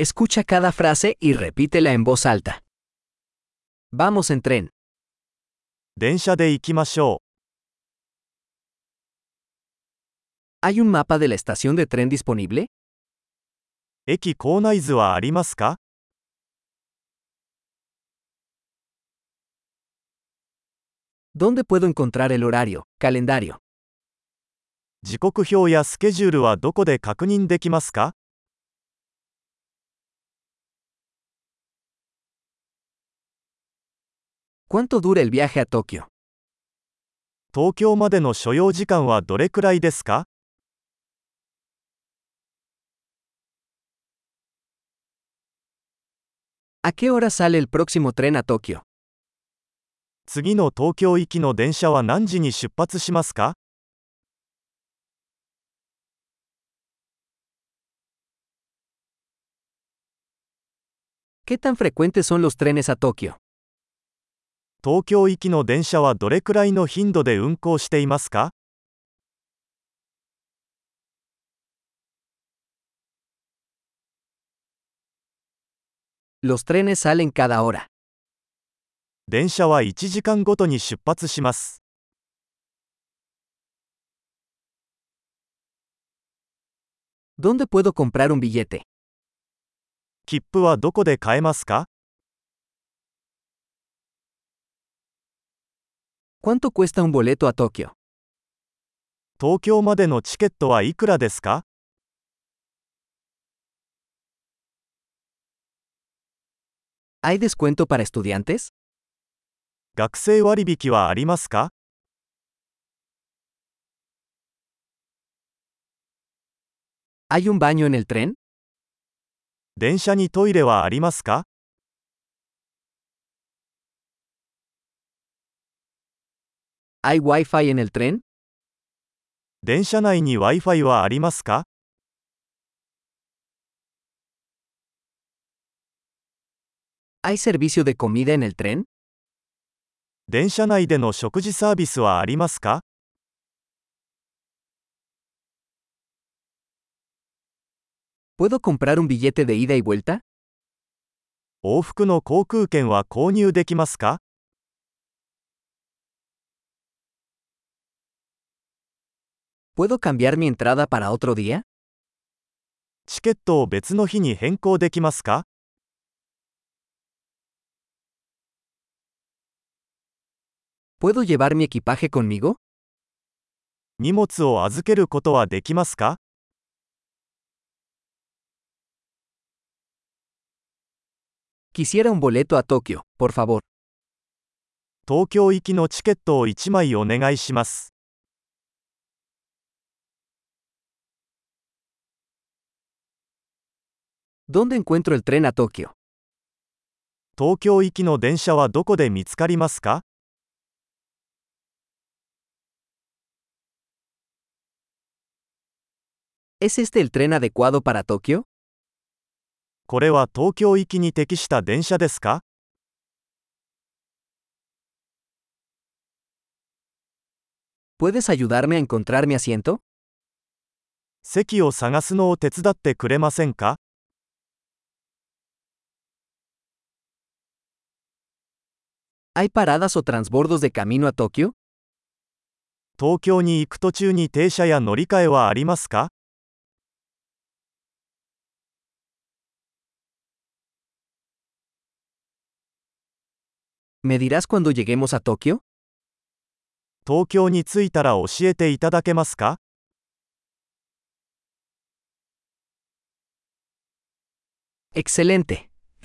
Escucha cada frase y repítela en voz alta. Vamos en tren. 電車で行きましょ ¿Hay un mapa de la estación de tren disponible? う。駅構内図はありますか ¿Dónde puedo encontrar el horario, calendario? 時刻表やスケジュールはどこで確認できますか ¿Cuánto dura el viaje a Tokio? 東京までの所要時間はどれくらいですか ¿A qué hora sale el próximo tren a Tokio? 次の東京行きの電車は何時に出発しますか ¿Qué tan frecuentes son los trenes a Tokio? 東京行きの電車はどれくらいの頻度で運行していますか Los trenes salen cada hora. 電車は1時間ごとに出発します。 ¿Dónde puedo comprar un billete? 切符はどこで買えますか ¿Cuánto cuesta un boleto a Tokio? 東京までのチケットはいくらですか ¿Hay descuento para estudiantes? 学生割引はありますか ¿Hay un baño en el tren? 電車にトイレはありますか ¿Hay Wi-Fi en el tren? 電車内に Wi-Fi はありますか ¿Hay servicio de comida en el tren? 電車内での食事サービスはありますか ¿Puedo comprar un billete de ida y vuelta? 往復の航空券は購入できますか ¿Puedo cambiar mi entrada para otro día? チケットを別の日に変更できますか ¿Puedo llevar mi equipaje conmigo? 荷物を預けることはできますか Quisiera un boleto a Tokio, por favor. 東京行きのチケットを1枚お願いします。 ¿Dónde encuentro el tren a Tokio? 東京行きの電車はどこで見つかりますか ¿Es este el tren adecuado para Tokio? これは東京行きに適した電車ですか ¿Puedes ayudarme a encontrar mi asiento? 席を探すのを手伝ってくれませんか ¿Hay paradas o transbordos de camino a Tokio? 東京に行く途中に停車や乗り換えはありますか ¿Me dirás cuando lleguemos a Tokio? 東京に着いたら教えていただけますか Excelente.